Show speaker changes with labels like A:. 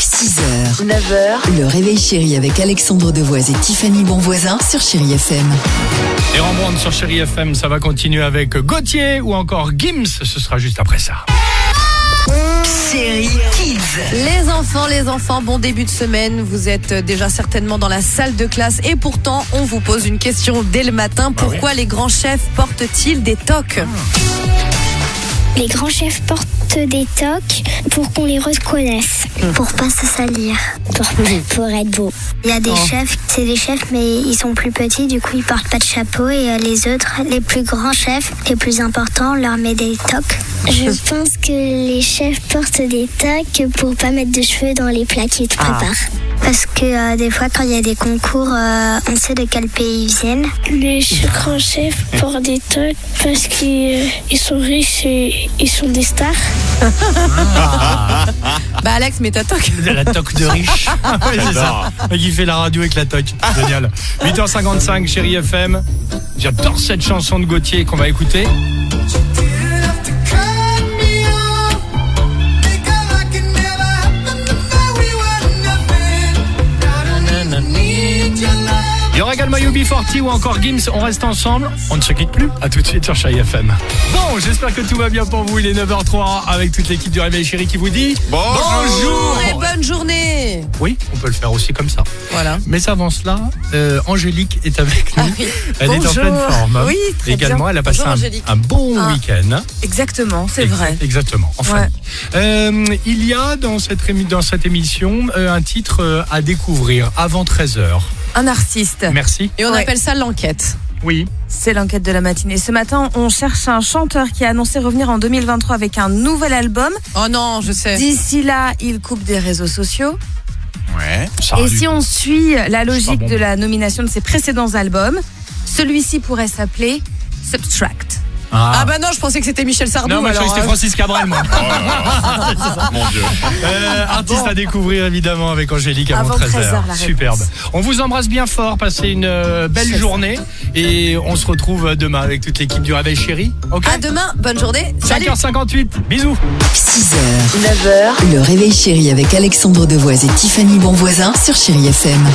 A: 6h, 9h, le réveil chéri avec Alexandre Devoise et Tiffany Bonvoisin sur Chéri FM.
B: Et Rembrandt sur Chéri FM, ça va continuer avec Gauthier ou encore Gims, ce sera juste après ça.
A: Chéri Kids.
C: Les enfants, les enfants, bon début de semaine. Vous êtes déjà certainement dans la salle de classe et pourtant, on vous pose une question dès le matin. Pourquoi les grands chefs portent-ils des toques
D: Les grands chefs portent des toques pour qu'on les reconnaisse. Pour pas se salir. Hmm. Pour, être beau. Oh. Il y a des chefs, c'est des chefs, mais ils sont plus petits, du coup ils portent pas de chapeau. Et euh, les autres, les plus grands chefs, les plus importants, leur met des toques. Je pense que les chefs portent des toques pour pas mettre de cheveux dans les plats qu'ils préparent. Parce que euh, des fois, quand il y a des concours, euh, on sait de quel pays ils viennent.
E: Les grands chefs portent des toques parce qu'ils euh, ils sont riches et ils sont des stars.
C: Bah, Alex, mais ta toque.
B: La toque de riche. Ah ouais, c'est ça. Le mec, il fait la radio avec la toque. Génial. 8h55, Chéri FM. J'adore cette chanson de Gauthier qu'on va écouter. Il y aura également UB40 ou encore Gims. On reste ensemble. On ne se quitte plus. À tout de suite sur Chéri FM. Bon, j'espère que tout va bien pour vous. Il est 9h03 avec toute l'équipe du Réveil Chéri qui vous dit
C: Bonjour Eh ben- et bonne journée.
B: Oui, on peut le faire aussi comme ça.
C: Voilà.
B: Mais avant cela, euh, Angélique est avec nous.
C: Ah oui.
B: Elle est en
C: Bonjour.
B: pleine forme. hein.
C: Oui, très
B: Également,
C: bien.
B: elle a passé
C: Bonjour,
B: un,
C: Angélique.
B: un bon
C: Ah.
B: week-end. hein.
C: Exactement, c'est
B: Ex-
C: vrai.
B: Exactement. Enfin.
C: Ouais.
B: Euh, il y a dans cette, rémi- dans cette émission euh, un titre euh, à découvrir avant 13h.
F: Un artiste.
C: Euh.
B: Merci.
C: Et on
F: Ouais.
C: appelle ça l'enquête.
B: Oui.
F: C'est l'enquête de la matinée. Ce matin, on cherche un chanteur qui a annoncé revenir en 2023 avec un nouvel album.
C: Oh non, je sais.
F: D'ici là, il coupe des réseaux sociaux.
G: Ouais.
B: Ça
F: Et
B: a Ah, du-
F: si on suit la logique
B: bon.
F: de la nomination de ses précédents albums, celui-ci pourrait s'appeler Subtract.
B: Ah.
C: Ah bah non, je pensais que c'était Michel Sardou.
B: non, moi je
C: alors,
B: croyais que c'était
C: hein.
B: Francis Cabrel, moi.
G: Mon Dieu.
B: Euh, artiste à découvrir évidemment avec Angélique avant,
F: Avant
B: 13h.
F: 13h, la réponse.
B: Superbe. On vous embrasse bien fort, passez une euh, belle
C: Chef.
B: journée et on se retrouve euh, demain avec toute l'équipe du Réveil Chéri. OK
C: À demain, bonne journée. Salut.
B: 5h58. Bisous.
A: 6h, 9h, le réveil chéri avec Alexandre Devoise et Tiffany Bonvoisin sur Chéri FM.